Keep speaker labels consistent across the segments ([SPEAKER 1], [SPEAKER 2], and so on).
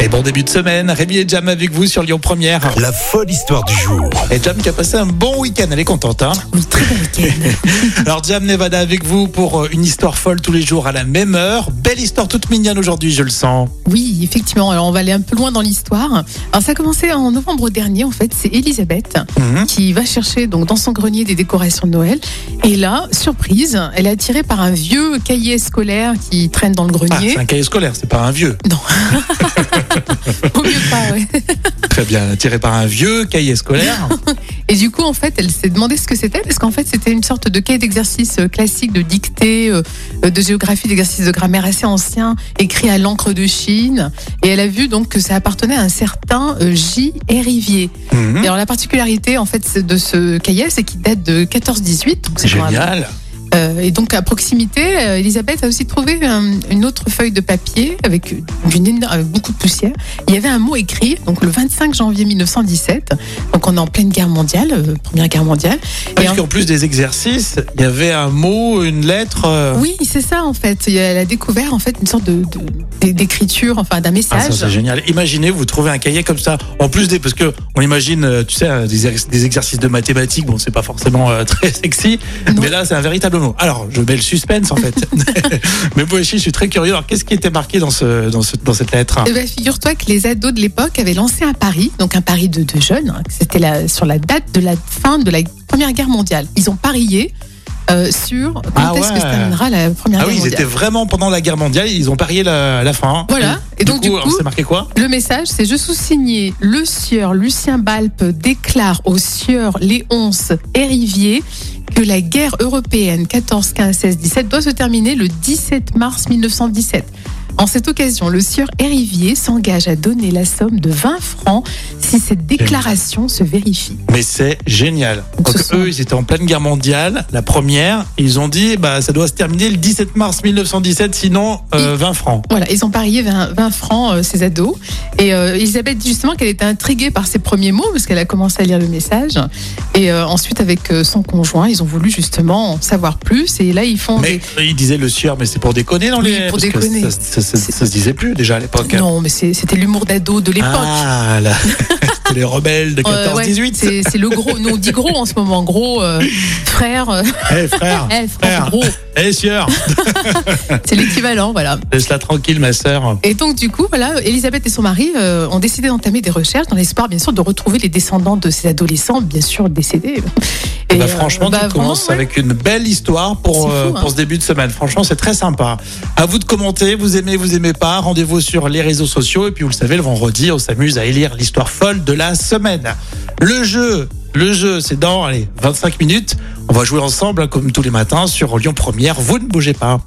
[SPEAKER 1] Et bon début de semaine, Rémi et Jam avec vous sur Lyon Première.
[SPEAKER 2] La folle histoire du jour.
[SPEAKER 1] Et Jam qui a passé un bon week-end, elle est contente. Hein
[SPEAKER 3] Oui, très bon week-end.
[SPEAKER 1] Alors Jam Nevada avec vous pour euh, une histoire folle tous les jours à la même heure. Belle histoire toute mignonne aujourd'hui, je le sens.
[SPEAKER 3] Oui, effectivement. Alors, on va aller un peu loin dans l'histoire. Alors, ça a commencé en novembre dernier, en fait. C'est Elisabeth
[SPEAKER 1] Mhm.
[SPEAKER 3] qui va chercher donc dans son grenier des décorations de Noël. Et là, surprise, elle est attirée par un vieux cahier scolaire qui traîne dans le
[SPEAKER 1] Ah,
[SPEAKER 3] grenier.
[SPEAKER 1] c'est un cahier scolaire, c'est pas un vieux.
[SPEAKER 3] Au mieux pas, ouais.
[SPEAKER 1] Très bien, attiré par un vieux cahier scolaire.
[SPEAKER 3] Et du coup, en fait, elle s'est demandé ce que c'était, parce qu'en fait, c'était une sorte de cahier d'exercice euh, classique de dictée, euh, euh, de géographie, d'exercice de grammaire assez ancien, écrit à l'encre de Chine. Et elle a vu donc que ça appartenait à un certain euh, J. Rivier.
[SPEAKER 1] Mhm.
[SPEAKER 3] Et alors, la particularité, en fait, c'est- de ce cahier, c'est qu'il date de 14-18. donc c'est quand même-
[SPEAKER 1] Génial.
[SPEAKER 3] Euh, et donc, à proximité, euh, Elisabeth a aussi trouvé euh, une autre feuille de papier avec, d'une énorme- avec beaucoup de poussière. Il y avait un mot écrit, donc le 25 janvier 1917. Donc, on est en pleine guerre mondiale, euh, première guerre mondiale. Et en-
[SPEAKER 1] Parce qu'en plus des exercices, il y avait un mot, une lettre. euh,
[SPEAKER 3] oui, c'est ça, en fait. Il y a- Elle a découvert, en fait, une sorte de, de- d'écriture, enfin, d'un
[SPEAKER 1] Ah, ça,
[SPEAKER 3] message.
[SPEAKER 1] c'est génial. Imaginez, vous trouvez un cahier comme ça. En plus des, parce que on imagine, euh, tu sais, euh, des, ex- des exercices de mathématiques. Bon, c'est pas forcément euh, très sexy,
[SPEAKER 3] Non.
[SPEAKER 1] mais là, c'est un véritable mot. Alors, je mets le suspense en fait. mais moi aussi, je suis très curieux. Alors, qu'est-ce qui était marqué dans ce, dans ce- dans cette lettre
[SPEAKER 3] Eh ben, figure-toi que les ados de l'époque avaient lancé un pari, donc un pari de, de jeunes, hein, que c'était la- sur la date de la fin de la Première Guerre mondiale. Ils ont parié euh, sur quand
[SPEAKER 1] Ah
[SPEAKER 3] est-ce que
[SPEAKER 1] ouais.
[SPEAKER 3] se terminera la Première
[SPEAKER 1] Ah
[SPEAKER 3] Guerre
[SPEAKER 1] oui, ils
[SPEAKER 3] mondiale.
[SPEAKER 1] étaient vraiment pendant la guerre mondiale. Ils ont parié la, la fin. hein.
[SPEAKER 3] Voilà. Et donc, du
[SPEAKER 1] alors,
[SPEAKER 3] coup-
[SPEAKER 1] c'est marqué quoi
[SPEAKER 3] Le message, c'est je sous-signé le sieur Lucien Balpe déclare au sieur Léonce Hérivier que la guerre européenne 14, 15, 16, 17 doit se terminer le 17 mars 1917. En cette occasion, le sieur Hérivier s'engage à donner la somme de 20 francs si cette déclaration se vérifie.
[SPEAKER 1] Mais c'est génial.
[SPEAKER 3] Donc,
[SPEAKER 1] Donc,
[SPEAKER 3] ce sont-
[SPEAKER 1] eux, ils étaient en pleine guerre mondiale, la première. et ils ont dit, bah, ça doit se terminer le 17 mars 1917, sinon euh, 20 francs.
[SPEAKER 3] Voilà, ils ont parié 20, 20 francs, euh, ces ados. Et euh, Elisabeth dit justement qu'elle était intriguée par ses premiers mots, parce qu'elle a commencé à lire le message. Et euh, ensuite, avec euh, son conjoint, ils ont voulu justement en savoir plus. Et là, ils font
[SPEAKER 1] Mais il disait le sieur, mais c'est pour déconner dans
[SPEAKER 3] Oui,
[SPEAKER 1] les.
[SPEAKER 3] pour
[SPEAKER 1] parce que
[SPEAKER 3] déconner.
[SPEAKER 1] Ça, ça- ça- ça se disait plus déjà à l'époque. hein.
[SPEAKER 3] des... Non, mais c'est- c'était l'humour d'ado de l'époque.
[SPEAKER 1] Ah là, c'était les rebelles de
[SPEAKER 3] Euh, ouais,
[SPEAKER 1] 14-18.
[SPEAKER 3] c'est- c'est le gros. Nous, on dit gros en ce moment. Gros, euh, frère, euh,
[SPEAKER 1] Eh frère,
[SPEAKER 3] eh,
[SPEAKER 1] Frère.
[SPEAKER 3] frère, gros.
[SPEAKER 1] eh sieur,
[SPEAKER 3] C'est l'équivalent, voilà.
[SPEAKER 1] laisse-la tranquille ma sœur.
[SPEAKER 3] Et donc, du coup, voilà, Elisabeth et son mari euh, ont décidé d'entamer des recherches dans l'espoir, bien sûr, de retrouver les descendants de ces adolescents, bien sûr, décédés.
[SPEAKER 1] Bah,
[SPEAKER 3] euh,
[SPEAKER 1] franchement,
[SPEAKER 3] bah,
[SPEAKER 1] tu commences
[SPEAKER 3] vraiment, ouais.
[SPEAKER 1] avec une belle histoire pour,
[SPEAKER 3] C'est fou,
[SPEAKER 1] euh,
[SPEAKER 3] hein.
[SPEAKER 1] pour ce début de semaine. Franchement, c'est très sympa. À vous de commenter, vous aimez, vous aimez pas. Rendez-vous sur les réseaux sociaux. Et puis, vous le savez, le vendredi, on s'amuse à élire l'histoire folle de la semaine. Le jeu, le jeu, c'est dans allez, 25 minutes. On va jouer ensemble, hein, comme tous les matins, sur Lyon Première. Vous ne bougez pas.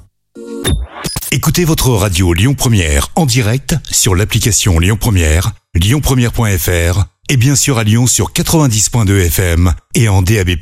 [SPEAKER 2] Écoutez votre radio Lyon Première en direct sur l'application Lyon Première, lyonpremière.fr et bien sûr à Lyon sur 90.2 FM et en DAB+.